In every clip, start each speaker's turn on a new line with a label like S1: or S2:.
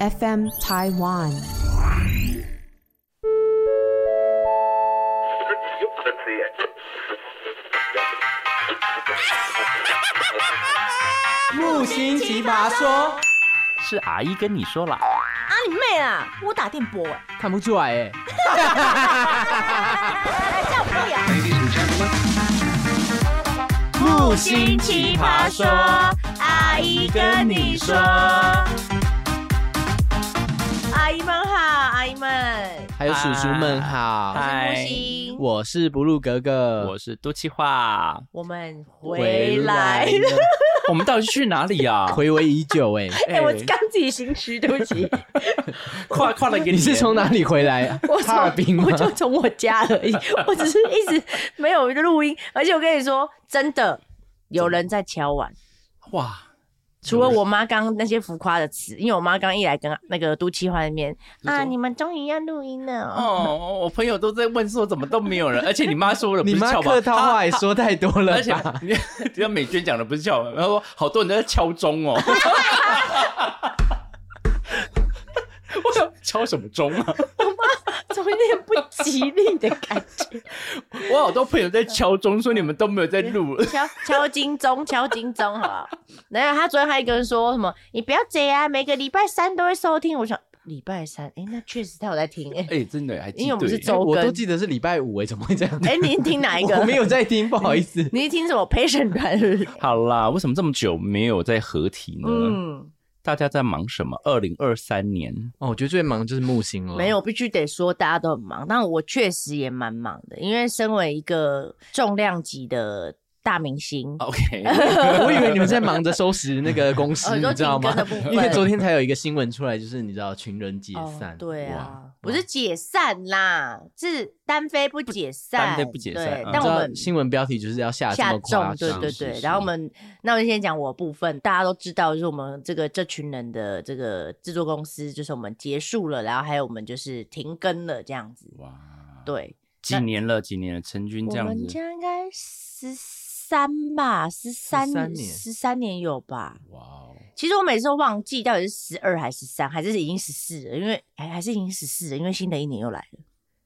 S1: FM Taiwan。
S2: 木星奇葩说，
S3: 是阿姨跟你说啦。
S4: 啊你妹啊！我打电波哎，
S2: 看不出来哎。
S4: 来哎叫啊不呀！
S2: 木
S4: 阿姨跟你说，阿姨们好，阿姨们，
S2: 还有叔叔们好，
S4: 我
S3: 嗨
S4: 是木星，
S2: 我是不露格格，
S3: 我是杜气化，
S4: 我们回来了。
S2: 了，
S3: 我们到底去哪里啊？
S2: 回味已久哎。
S4: 哎、我刚自己行迟，对不 起，
S3: 跨跨了一个
S2: 你是从哪里回来？
S4: 我
S2: 哈尔滨
S4: 从
S2: 吗
S4: 我？就从我家而已， 我只是一直没有录音，而且我跟你说，真的有人在敲碗。
S3: 哇，
S4: 除了我妈刚刚那些浮夸的词，因为我妈刚一来跟那个都气换面啊，你们终于要录音了哦。
S3: 哦，我朋友都在问说怎么都没有人，而且你妈说的不
S2: 你
S3: 是
S2: 妈
S3: 翘吧？
S2: 客套话也说太多了
S3: 而且
S2: 吧？
S3: 你你知道美娟讲的不是翘吧，然后好多人都在敲钟哦。 我想敲什么钟啊？
S4: 怎么有点不吉利的感觉？
S3: 我好多朋友在敲钟，说你们都没有在录。
S4: 敲敲金钟，敲金钟，好不好？然后他昨天还有一个人说什么，你不要这样，啊每个礼拜三都会收听。我想礼拜三，哎、那确实他有在听、哎
S3: 哎，真的还记
S4: 因为我们是
S3: 对
S4: 周
S2: 我
S4: 更
S2: 都。记得是礼拜五哎，怎么会这样？
S4: 哎、你听哪一个？
S2: 我没有在听，不好意思。
S4: 你听什么陪审团？是不是
S3: 好啦，为什么这么久没有在合体呢？
S4: 嗯，
S3: 大家在忙什么？二零二三年，
S2: 哦，我觉得最忙就是木星了。
S4: 没有，必须得说大家都很忙，但我确实也蛮忙的，因为身为一个重量级的大明星，
S3: OK，
S2: 我以为你们在忙着收拾那个公司，
S4: 哦你说
S2: 你知道吗
S4: 停更的部？分
S2: 因为昨天才有一个新闻出来，就是你知道群人解散，
S4: 哦、对啊，不是解散啦，是单飞不解散，
S3: 单飞不解散
S4: 对
S3: 嗯
S2: 哇，你
S4: 但我
S2: 知道
S4: 们
S2: 新闻标题就是要下得啊这
S4: 下
S2: 么夸
S4: 重，对
S2: 张，
S4: 对
S2: 是
S4: 对。
S2: 是
S4: 然后我们，那我先讲我部分，大家都知道，就是我们这个这群人的这个制作公司，就是我们结束了，然后还有我们就是停更了这样子，
S3: 哇，
S4: 对，
S3: 几年了，几年了，陈军
S4: 我
S3: 这样
S4: 们
S3: 子，
S4: 家应该十三吧，十三
S2: 13年
S4: 十三年有吧。
S3: 哇哦，
S4: 其实我每次都忘记到底是十二还是十三，还是已经十四了，因为还还是已经十四了，因为新的一年又来了。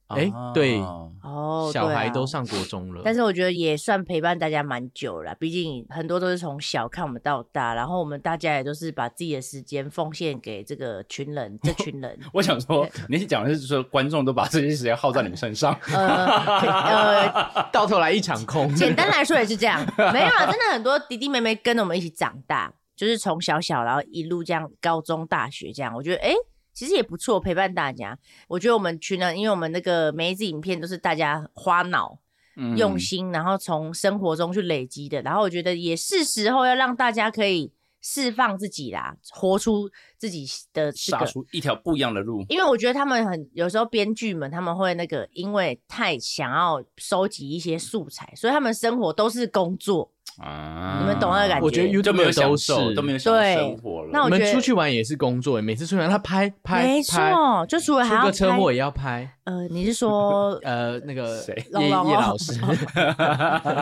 S2: 哎对
S4: 哦，
S2: 小
S4: 对
S2: 孩
S4: 啊
S2: 都上国中了，
S4: 但是我觉得也算陪伴大家蛮久了啦，毕竟很多都是从小看我们到大，然后我们大家也都是把自己的时间奉献给这个群人，这群人，
S3: 我想说，你讲的是说观众都把这些时间耗在你们身 上，
S4: 呃呃，
S2: 到头来一场空。
S4: 简单来说也是这样，没有啊，真的很多弟弟妹妹跟着我们一起长大，就是从小小然后一路这样高中、大学这样，我觉得哎、诶其实也不错，陪伴大家。我觉得我们群人，因为我们那个每一支影片都是大家花脑，
S3: 嗯
S4: 用心，然后从生活中去累积的。然后我觉得也是时候要让大家可以释放自己啦，活出自己的这
S3: 杀
S4: 个。
S3: 出一条不一样的路。
S4: 因为我觉得他们很有时候编剧们他们会那个，因为太想要收集一些素材，所以他们生活都是工作。
S3: 啊
S4: 你们懂那个感觉
S2: 我觉得 YouTube
S3: 就没有享
S2: 都
S3: 受，
S2: 是
S3: 都没有享受
S4: 对
S3: 生活了。
S4: 那
S2: 我
S4: 我觉
S2: 们
S4: 得
S2: 出去玩也是工作，每次出去玩他拍拍
S4: 没
S2: 拍，
S4: 错，就除了还
S2: 出
S4: 要
S2: 个车
S4: 拍
S2: 祸也要拍。？
S4: 呃，你是说
S2: 呃，那个
S3: 谁
S2: 叶叶
S4: 龙龙哦
S2: 老 师，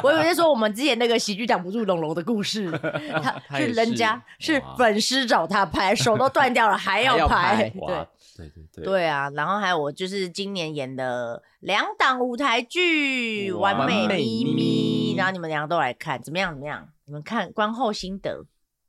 S4: 我以为是说我们之前那个喜剧讲不住龙龙的故事，他
S2: 他也
S4: 是人家是
S3: 哇
S4: 粉丝找他拍，手都断掉了还
S2: 还要
S4: 要
S2: 拍
S4: 拍， 对
S3: 哇，，对对对，
S4: 对啊，然后还有我就是今年演的两档舞台剧《
S3: 哇
S4: 完美
S2: 完美咪
S4: 咪咪
S2: 咪》，
S4: 然后你们两个都来看，怎么样？怎么样？你们看观后心得。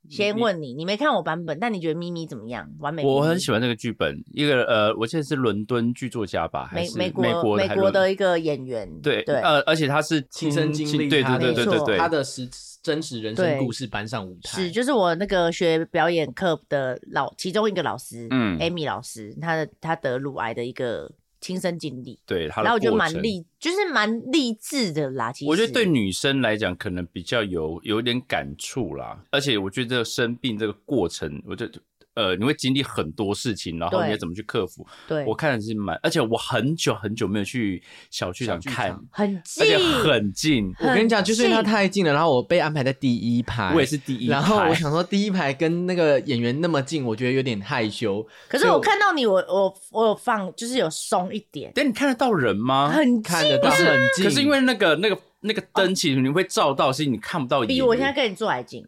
S4: 先问你，你没看我版本，但你觉得咪咪怎么样？完美咪咪，
S3: 我很喜欢这个剧本。一个呃，我记得是伦敦剧作家吧，还
S4: 美
S3: 是
S4: 美国
S3: 美国
S4: 美
S3: 还是
S4: 国
S3: 伦
S4: 的一个演员，
S3: 对
S4: 对，
S3: 呃，而且他是
S2: 亲身经历，
S3: 嗯对
S2: 他
S3: 对
S2: 的
S3: 对对对对，
S2: 他的实真实人生故事搬上舞台，
S4: 是就是我那个学表演课的老其中一个老师，
S3: 嗯
S4: 嗯，Amy 老师，她的她得乳癌的一个亲身经历，
S3: 对他的
S4: 然后我觉得
S3: 过
S4: 蛮
S3: 程
S4: 励，就是蛮励志的啦。其实
S3: 我觉得对女生来讲，可能比较有有点感触啦。而且我觉得这个生病这个过程，我觉得呃，你会经历很多事情，然后
S4: 对
S3: 你要怎么去克服。
S4: 对
S3: 我看的是蛮，而且我很久很久没有去小剧场
S2: 小剧
S3: 看，
S2: 场
S4: 很
S3: 而
S4: 近
S3: 且，很近，
S2: 我跟你讲，就是因为他
S4: 很近
S2: 太近了，然后我被安排在第一排，
S3: 我也是第一排。
S2: 然后我想说，第一排跟那个演员那么近，我觉得有点害羞。
S4: 可是我看到你，我我我有放，就是有松一点，
S3: 但你看得到人吗？
S4: 很近
S2: 看得到
S4: 啊
S2: 很近，
S3: 可是因为那个那个那个灯，其实你会照到，是你看不到
S4: 比
S3: 眼。
S4: 我现在跟你坐还近。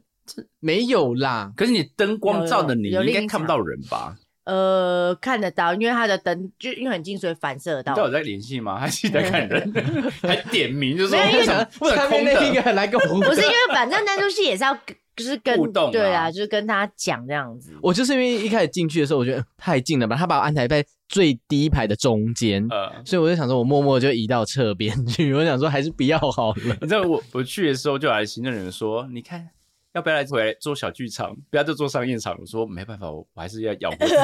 S2: 没有啦，
S3: 可是你灯光照的你，
S4: 有有有
S3: 你应
S4: 另
S3: 该
S4: 一
S3: 看不
S4: 场
S3: 到人吧？
S4: 呃，看得到，因为它的灯就因为很近，所以反射得
S3: 你
S4: 到
S3: 到。底在联系吗？ 还是在看人？还点名就说
S4: 没有因为
S3: 为什么为什么
S2: 下面
S3: 空的
S2: 那一？个来跟我
S4: 不是因为反正那出戏也是要 跟就是跟
S3: 互动啊
S4: 对啊，就是跟他讲这样子。
S2: 我就是因为一开始进去的时候，我觉得嗯太近了吧，他把我安排在最低排的中间，
S3: 呃，
S2: 所以我就想说，我默默就移到侧边去。我想说，还是不要好了。
S3: 你知道我我去的时候就来行政人员说，你看。要不要来回来做小剧场？不要就做商业场。我说没办法，我我还是要养 活自己。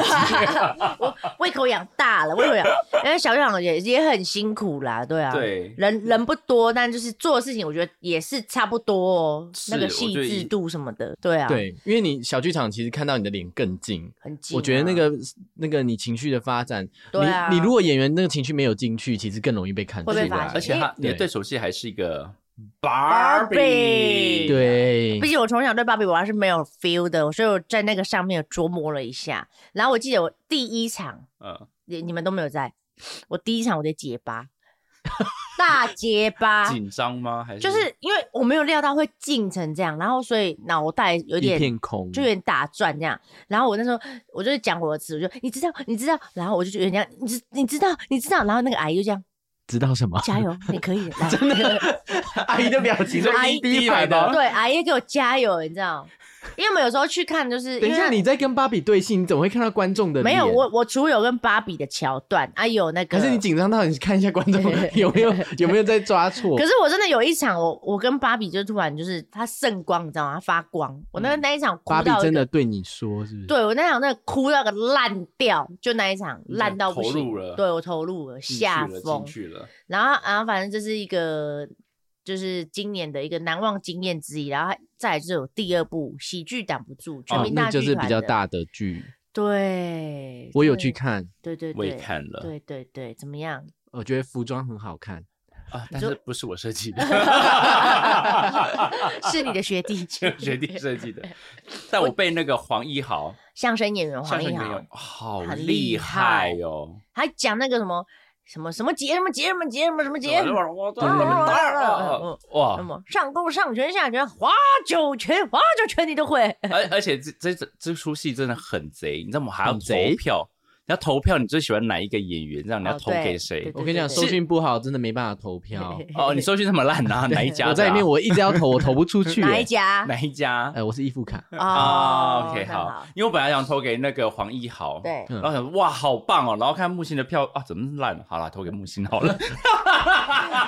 S4: 胃口养大了，胃口养，因为小剧场也也很辛苦啦，对啊，
S3: 对
S4: 人人不多，但就是做的事情，我觉得也是差不多哦，
S3: 是
S4: 那个
S3: 我
S4: 细
S3: 觉得
S4: 致
S3: 一
S4: 度什么的，对啊，，
S2: 对，因为你小剧场其实看到你的脸更近，
S4: 很近啊、
S2: 我觉得那个那个你情绪的发展，
S4: 对啊
S2: 你你如果演员那个情绪没有进去，其实更容易被看啊出
S4: 会被发
S2: 来
S4: 现。
S3: 而且他
S2: 因为
S3: 你的对手戏还是一个
S4: Barbie
S2: 对
S4: 啊毕，竟我从小对芭比娃娃是没有 feel 的，所以我在那个上面有琢磨了一下。然后我记得我第一场，
S3: 嗯，
S4: 你你们都没有在，我第一场我在结 巴，大结巴，
S3: 紧张吗？还是
S4: 啊就是因为我没有料到会静成这样，然后所以脑袋有
S2: 一
S4: 点
S2: 片空，
S4: 就有点打转这样。然后我那时候我就是讲我的词，我就你知道，你知道，然后我就觉得人家你知你知道你知道，然后那个阿姨就这样
S2: 知道什么？
S4: 加 油，你可以的，来真 的，
S2: 阿姨的表情
S4: 就阿姨
S2: 第一排
S3: 排的
S2: 的。
S4: 对，啊阿姨给我加油，你知道，因为我们有时候去看就是
S2: 等一下，
S4: 因为
S2: 你在跟芭比对戏，你怎么会看到观众的
S4: 没
S2: 脸？
S4: 有我我除有跟芭比的桥段，还、有那个
S2: 可是你紧张到你看一下观众有没有有没有在抓错
S4: 可。是我真的有一场，我我跟芭比就突然就是她圣光，你知道吗？她发光，我那那一场
S2: 嗯
S4: 哭
S2: 芭比
S4: 到
S2: 真
S4: 一个
S2: 的对你说，是不是？
S4: 对我那场那个哭到个烂掉，就那一场
S3: 你
S4: 烂到不
S3: 投
S4: 行，
S3: 入了
S4: 对我投入了，
S3: 进
S4: 下
S3: 去了
S4: 风
S3: 进。去了，
S4: 然后，然后反正这是一个就是今年的一个难忘经验之一。然后还再来就是有第二部喜剧挡不住，全
S2: 哦
S4: 民，
S2: 那
S4: 大剧
S2: 就
S4: 团、
S2: 是比较。大的剧，
S4: 对，
S2: 我有
S4: 对
S2: 去，看，
S4: 对对
S3: 我
S4: 对，
S3: 也看了
S4: 对对对，怎么样？
S2: 我觉得服装很好看。
S3: 啊，但
S4: 说
S3: 是不是我设计的，
S4: 是你的学弟，
S3: 学弟设计的，但我被那个黄一豪
S4: 相声演员
S3: 相
S4: 黄
S3: 声
S4: 义
S3: 演
S4: 豪
S3: 员，好
S4: 很厉
S3: 厉害
S4: 害
S3: 哦！
S4: 他讲那个什么什么什么节什么节什么节什么什么节，
S3: 我
S2: 对对对
S4: 什
S3: 哇！
S4: 么上勾上拳下拳划九拳划九拳你都会，
S3: 而而且这这这出戏真的很贼，你知道吗？还要
S2: 很贼
S3: 投票，你要投票，你最喜欢哪一个演员？这样你要
S4: 哦
S3: 投
S4: 对
S3: 给谁
S4: 对？
S2: 我跟你讲，
S4: 对
S2: 收讯不好，真的没办法投 票。
S3: 哦，你收讯那么烂啊，哪一家的啊？
S2: 我在里面，我一直要投，我投不出 去。
S4: 哪一
S2: 哎
S4: 家？哦
S3: 哪一家？
S2: 呃，我是伊芙卡，
S3: 啊、o
S4: 那
S3: k 好，，因为我本来想投给那个黄一豪，
S4: 对嗯
S3: 然后想说哇，好棒哦，然后看木星的票啊，怎么那么烂？好啦，投给木星好了。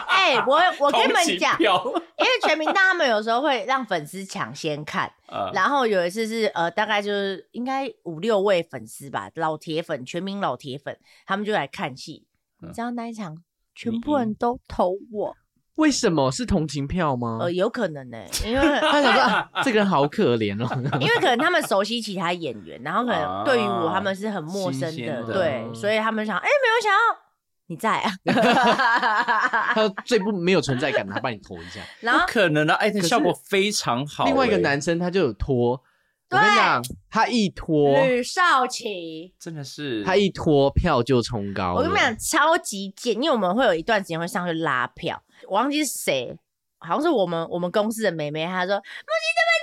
S4: 哎、我我跟你
S3: 同
S4: 们
S3: 情
S4: 讲，
S3: 票，
S4: 因为全民大他们有时候会让粉丝抢先看，
S3: 呃，
S4: 然后有一次是呃，大概就是应该五六位粉丝吧，老铁粉，全民老铁粉，他们就来看戏。
S3: 嗯
S4: 你知道那一场，全
S3: 你
S4: 部人
S3: 赢
S4: 都投我，
S2: 为什么是同情票吗
S4: 呃，？有可能呢、因为
S2: 他想说 啊，这个人好可怜哦。
S4: 因为可能他们熟悉其他演员，然后可能对于我
S3: 啊
S4: 他们是很陌生
S3: 新
S4: 的，
S3: 鲜的
S4: 对，
S2: 嗯
S4: 所以他们想，哎、没有想到你在啊，
S2: 他最不没有存在感，他帮你投一下。
S4: 然后
S3: 不可能的、啊，哎，那
S2: 可是
S3: 效果非常好、
S2: 另外一个
S3: 哎
S2: 男生他就有拖，我跟你讲，他一拖，
S4: 吕少奇，
S3: 真的是
S2: 他一拖票就冲高。
S4: 我跟你们讲，，超级贱，因为我们会有一段时间会上去拉票，我忘记是谁，好像是我们我们公司的妹妹，她说木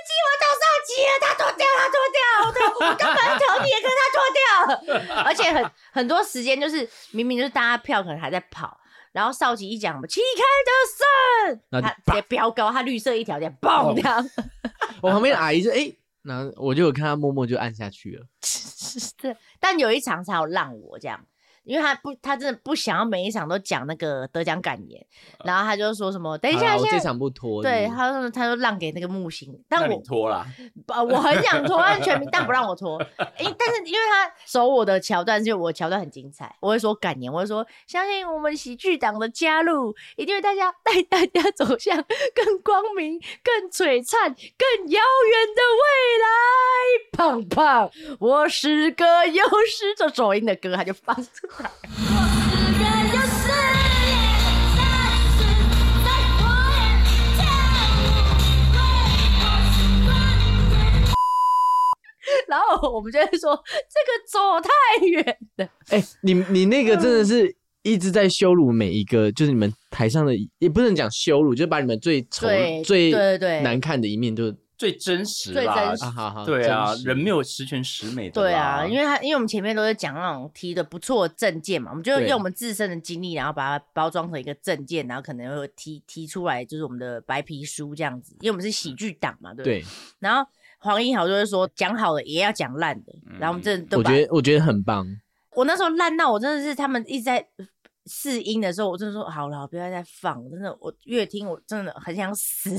S4: 西这么鸡，我投少奇了，他脱掉，他脱掉，我都我根本投你，可是他脱掉了，而 且很很多时间就是明明就是大家票可能还在跑。然后少奇一讲，旗开
S2: 那
S4: 得胜，
S2: 就哦
S4: 他直接飙高，他绿色一条，直接嘣这样，
S2: 我旁边的阿姨就哎，然后我就有看他默默就按下去了。
S4: 是，但有一场才有让我这样，因为他不，他真的不想要每一场都讲那个得奖感言，然后他就说什么，等一
S2: 啊好
S4: 下，
S2: 啦我
S4: 现
S2: 这
S4: 在。
S2: 场不拖。
S4: 对，
S2: 是不是
S4: 他说他就让给那个木星，
S3: 那
S4: 但
S3: 你
S4: 我
S3: 拖啦，
S4: 呃我很想拖，但全民但不让我拖，因但是因为他守我的桥段，是因为我的桥段很精彩，我会说感言，我会说相信我们喜剧党的加入，一定会大家带大家走向更光明、更璀璨、更遥远的未来。胖胖，我是个幼师，这首音的歌他就放出来。然后我们就会说这个走太远了，
S2: 哎、你你那个真的是一直在羞辱每一个，就是你们台上的，也不能讲羞辱，就把你们最丑
S4: 对、
S2: 最
S4: 对对对
S2: 难看的一面就
S3: 最真实
S4: 最
S3: 啦
S4: 真实
S2: 啊，好好，
S3: 对啊
S2: 真，实
S3: 人没有十全十美的啦，
S4: 对啊，因为他因为我们前面都是讲那种提的不错的证件嘛，我们就
S3: 对
S4: 用我们自身的经历，然后把它包装成一个证件，然后可能会提提出来，就是我们的白皮书这样子，因为我们是喜剧党嘛，对不对？
S2: 嗯对，
S4: 然后黄英豪就会说，讲好的也要讲烂的，然后我们真的
S2: 嗯
S4: 都
S2: 我
S4: 把
S2: 觉得我觉得很棒，
S4: 我那时候烂到我真的是他们一直在试音的时候，我真的说好了，不要再放，真的我越听我真的很想死。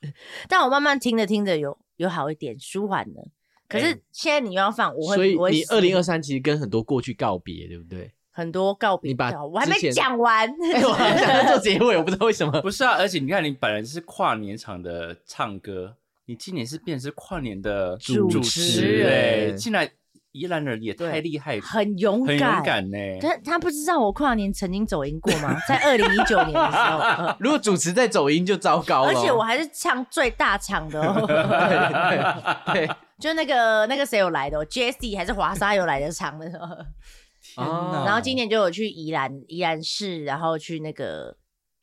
S4: 但我慢慢听着听着有有好一点，舒缓了。可
S3: 哎
S4: 是现在你又要放，我会
S2: 所以
S4: 我会
S2: 你
S4: 死
S2: 二零二三其实跟很多过去告别，对不 对？
S4: 很多告别
S2: 你把
S4: 掉，我还没
S2: 之前
S4: 讲完。
S2: 哎，我好像在做结尾，我不知道为什么。
S3: 不是啊，而且你看，你本来是跨年场的唱歌，你今年是变成是跨年的
S2: 主
S4: 持人
S3: 哎竟然宜兰人也太
S4: 对
S3: 厉害，
S4: 很勇
S3: 很勇
S4: 敢，
S3: 敢呢。
S4: 他他不知道我跨年曾经走音过吗？在二零一九年的 时候，呃
S2: 如果主持在走音就糟糕了，
S4: 而且我还是唱最大场的 哦，
S2: 对
S4: 就那个那个谁有来的、哦、，Jesse 还是华莎有来的场的 时候。
S3: 嗯
S2: 哦
S4: 然后今年就有去宜兰宜兰市，然后去那个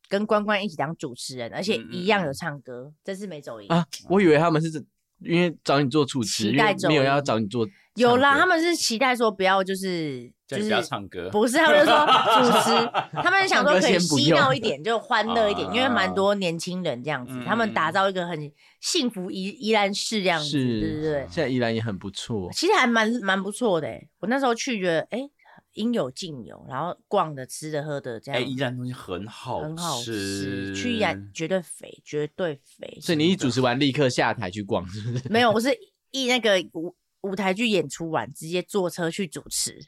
S4: 跟关关一起当主持人，而且
S3: 嗯嗯
S4: 一样
S3: 嗯
S4: 有唱歌，这次没走音。
S2: 啊，我以为他们是因为找你做主持，
S4: 期
S2: 因
S4: 待
S2: 为
S4: 走音
S2: 没有要找你做唱歌，
S4: 有啦，他们是期待说不要就是
S3: 叫你
S4: 就是
S3: 不要唱歌，
S4: 不是，他们就说主 持，他们想说可
S2: 唱歌
S4: 以
S2: 先不
S4: 嬉
S2: 用啊
S4: 闹一点，就欢乐一点，因为蛮多年轻人这样子，
S3: 嗯
S4: 他们打造一个很幸福宜宜兰市这样子，
S2: 是，
S4: 对对对，
S2: 现在依然也很不错，
S4: 其实还蛮蛮不错的欸、我那时候去觉得哎、诶应有尽有，然后逛的、吃的、喝的这
S3: 哎，
S4: 样，
S3: 宜兰东西很好，
S4: 很好吃，
S3: 吃，
S4: 去宜兰绝对肥，绝对肥。
S2: 所以你一主持完立刻下台去逛，是不 是？
S4: 没有，我是一那个舞舞台剧演出完，直接坐车去主持，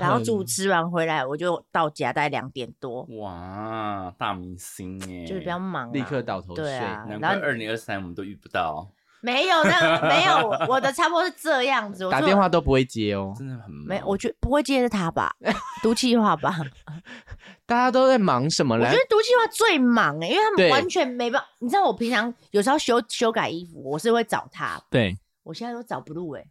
S4: 然后主持完回来我就到家，大概两点多，
S3: 哇，大明星哎，
S4: 就是比较忙、啊，
S2: 立刻倒头
S4: 对
S2: 睡。
S4: 啊
S3: 难
S4: 然
S3: 怪
S4: 后
S3: 二零二三我们都遇不到，
S4: 没有那没有我我的差不多是这样子，我
S2: 打
S4: 说
S2: 电话都不会接哦，
S3: 真的很忙
S4: 没，我觉得不会接的是他吧，毒气化 吧，
S2: 大家都在忙什么
S4: 我觉
S2: 来
S4: 得？毒气化最忙哎、因为他们
S2: 对
S4: 完全没办法，你知道我平常有时候修修改衣服，我是会找他，
S2: 对，
S4: 我现在都找不入哎、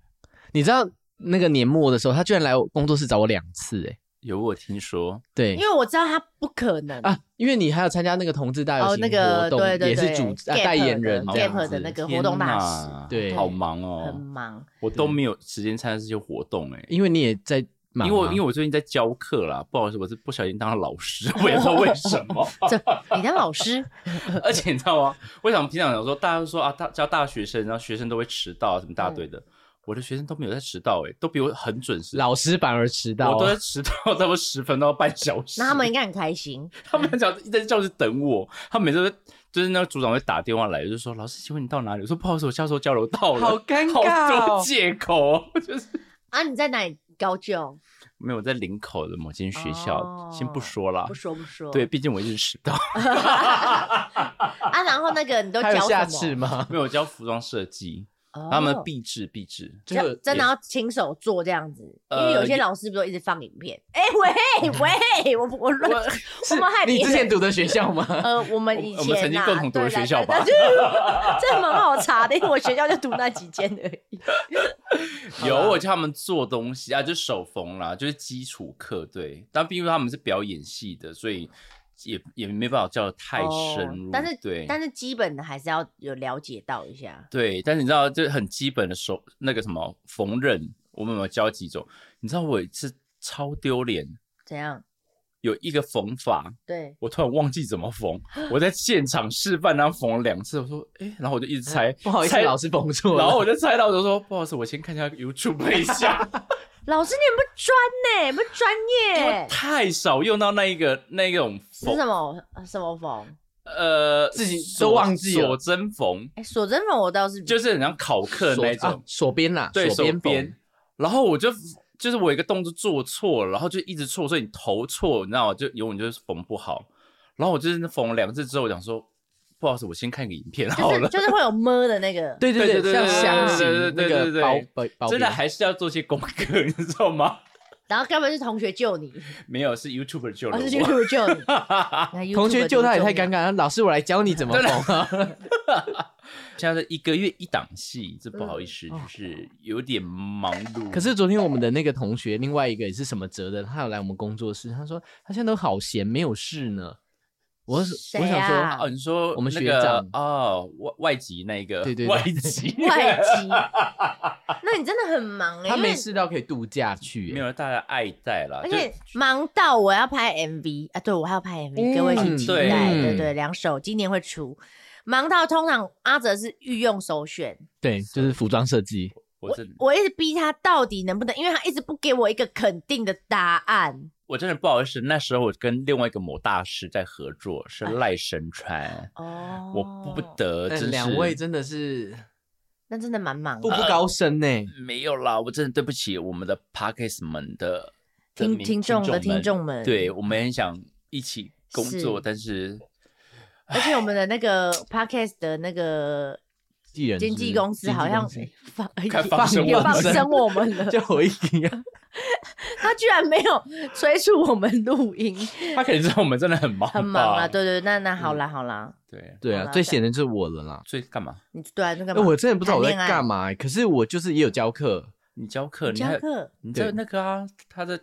S2: 你知道那个年末的时候，他居然来我工作室找我两次，哎，
S3: 有我听说，
S2: 对
S4: 因为我知道他不可能
S2: 啊，因为你还有参加那个同志大游
S4: 哦
S2: 行
S4: 那个
S2: 活动，
S4: 对对
S2: 也是
S4: 对
S2: 主啊
S4: Gap
S2: 代言
S4: 的
S2: 人这
S4: Gap
S2: 样
S4: 的
S2: 子
S4: 那个
S3: 天
S4: 活动大使
S3: 哪
S2: 对
S3: 好忙哦，
S4: 很忙，
S3: 我都没有时间参加这些活动哎、
S2: 因为你也在忙
S3: 因
S2: 啊，
S3: 为我因为我最近在教课啦，不好意思，我是不小心当了老师， 我也不知道为什么。
S4: 这你当老师
S3: 而且你知道吗？为什么平常想说大家都说啊，大教大学生，然后学生都会迟到什么大堆的，
S4: 嗯
S3: 我的学生都没有在迟到哎、都比我很准时，
S2: 老师反而迟到
S3: 我都在
S2: 啊，
S3: 迟到差不多十分到半小时。
S4: 那他们应该很开心。
S3: 他们讲一直在教室等我，他们每次都就是那个组长会打电话来，就说老师，请问你到哪里？我说不好意思，我下周交流到了，
S2: 好尴尬
S3: 好
S2: 哦
S3: 多借口，就是
S4: 啊，你在哪里高就？
S3: 没有我在林口的某间学校，
S4: 哦
S3: 先不说
S2: 啊
S3: 啦
S4: 不。说不说。
S3: 对，毕竟我一直迟 到，
S4: 啊，然后那个你都
S2: 还
S4: 教
S2: 有下
S4: 什
S2: 次
S4: 么？
S2: 吗？
S3: 没有我教服装设计，
S4: 哦
S3: 他们壁制壁制，
S4: 这样
S2: 这个
S4: 真的
S2: 也
S4: 要亲手做这样子，因
S3: 呃
S4: 为有些老师不都一直放影片？哎、喂喂，我我乱，我们害
S2: 你之
S4: 别
S2: 前
S4: 人
S2: 读的学校吗？
S4: 呃，我们以
S3: 我我们
S4: 前
S3: 曾经
S4: 呐
S3: 共同读的
S4: 对啦
S3: 学校吧
S4: 对啦这蛮好查的，因为我学校就读那几间而已。
S3: 有我叫他们做东西啊，就手缝啦，就是基础课对。但毕竟他们是表演系的，所以也也没办法教的太深入。
S4: 哦但是
S3: 对，
S4: 但是基本的还是要有了解到一下。
S3: 对，但是你知道，这很基本的手那个什么缝纫，我们有没有教几种？你知道我有一次超丢脸，
S4: 怎样？
S3: 有一个缝法，
S4: 对，
S3: 我突然忘记怎么缝，我在现场示范，然后缝了两次，我说，哎、然后我就一直猜，
S2: 不好意思，
S3: 猜
S2: 老师绷住了。
S3: 然后我就猜到，我就说不好意思，我先看一下 YouTube 一下，
S4: 老师你很不专呢、不
S3: 因
S4: 专
S3: 为
S4: 业。
S3: 太少用到那一个那一种
S4: 是
S3: 缝，
S4: 什么什么缝？
S3: 呃，
S2: 啊自己
S3: 锁
S2: 都忘记了
S3: 锁针缝，
S4: 哎、锁针缝我倒是
S3: 就是很像考课的
S2: 锁
S3: 那种，
S2: 啊锁边啦，
S3: 对
S2: 锁
S3: 手
S2: 边
S3: 边
S2: 边。，
S3: 然后我就就是我有一个动作做错了，然后就一直错，所以你头错，你知道吗？就永远就是缝不好。然后我就是缝了两次之后，我想说不好意思，我先看个影片好
S4: 就
S3: 了
S4: 是。就是会有么的那个。
S2: 对
S3: 对
S2: 对
S3: 对
S2: 对，
S3: 对
S2: 像
S3: 对
S2: 箱
S3: 对对
S2: 型
S3: 对
S2: 那
S3: 对
S2: 个
S3: 对
S2: 包
S3: 对
S2: 包包
S3: 真的
S2: 边
S3: 还是要做些功课， 你知道吗？
S4: 然后根本是同学救你，
S3: 没有，是 YouTuber 救了
S4: 哦而是
S3: 我。
S4: YouTube 救 你。 那 YouTube
S2: 同学救他也
S4: 多
S2: 太
S4: 重要
S2: 尴。尬了，老师我来教你怎么缝啊。
S3: 现在是一个月一档戏，这不好意思，就是有点忙碌。
S2: 可是昨天我们的那个同学，另外一个也是什么哲的，他有来我们工作室，他说他现在都好闲，没有事呢。我是我
S4: 谁
S2: 想
S4: 啊
S2: 说，
S3: 哦，你说
S2: 我们
S3: 那
S2: 学
S3: 个
S2: 长
S3: 哦，外外籍那个，
S2: 对对对
S3: 外籍
S4: 外籍，那你真的很忙哎、
S2: 他
S4: 因
S2: 没
S4: 为
S2: 事啊到可以度假去耶，
S3: 没有大家爱戴啦，
S4: 而
S3: 就
S4: 且忙到我要拍 MV 啊，对我还要拍 MV，、
S2: 嗯
S4: 各位请期
S3: 对
S4: 待，对
S2: 嗯
S4: 对，两首今年会出。忙到通常阿哲是御用首选，
S2: 对，就是服装设计，
S3: 我真
S4: 我一直逼他到底能不能，因为他一直不给我一个肯定的答案。
S3: 我真的不好意思，那时候我跟另外一个某大师在合作，是赖声川，
S4: 哎哦哎
S3: 我不得呃
S2: 但
S3: 真是呃
S2: 两位真的是
S4: 那真的蛮忙
S2: 步
S4: 的，
S2: 步高升呢。
S3: 没有啦，我真的对不起我们的 Parkes 们的的
S4: 听
S3: 民
S4: 听众的听
S3: 们
S4: 众们，
S3: 对，我们很想一起工作，
S4: 是
S3: 但是
S4: 而且我们的那个 podcast 的那个
S2: 艺人
S4: 经纪公司好像
S2: 经纪
S4: 放
S3: 快放
S4: 放
S3: 生我们
S4: 生我们 了
S2: 公司，就我一啊 样，
S4: 他居然没有催促我们录音，
S3: 他可能知道我们真的很嗯忙，
S4: 很忙啊。对对，那那好啦好啦，
S3: 对，
S2: 对
S4: 好
S2: 啊
S4: 啦，
S2: 最显的就是我了啦。
S3: 所以干嘛？
S4: 你对啊，那个
S2: 哎，我真的不知道我在
S4: 谈恋爱
S2: 干嘛欸，可是我就是也有教课，
S3: 你教课，你还
S4: 教课
S3: 你知道
S2: 对
S3: 那个啊，他在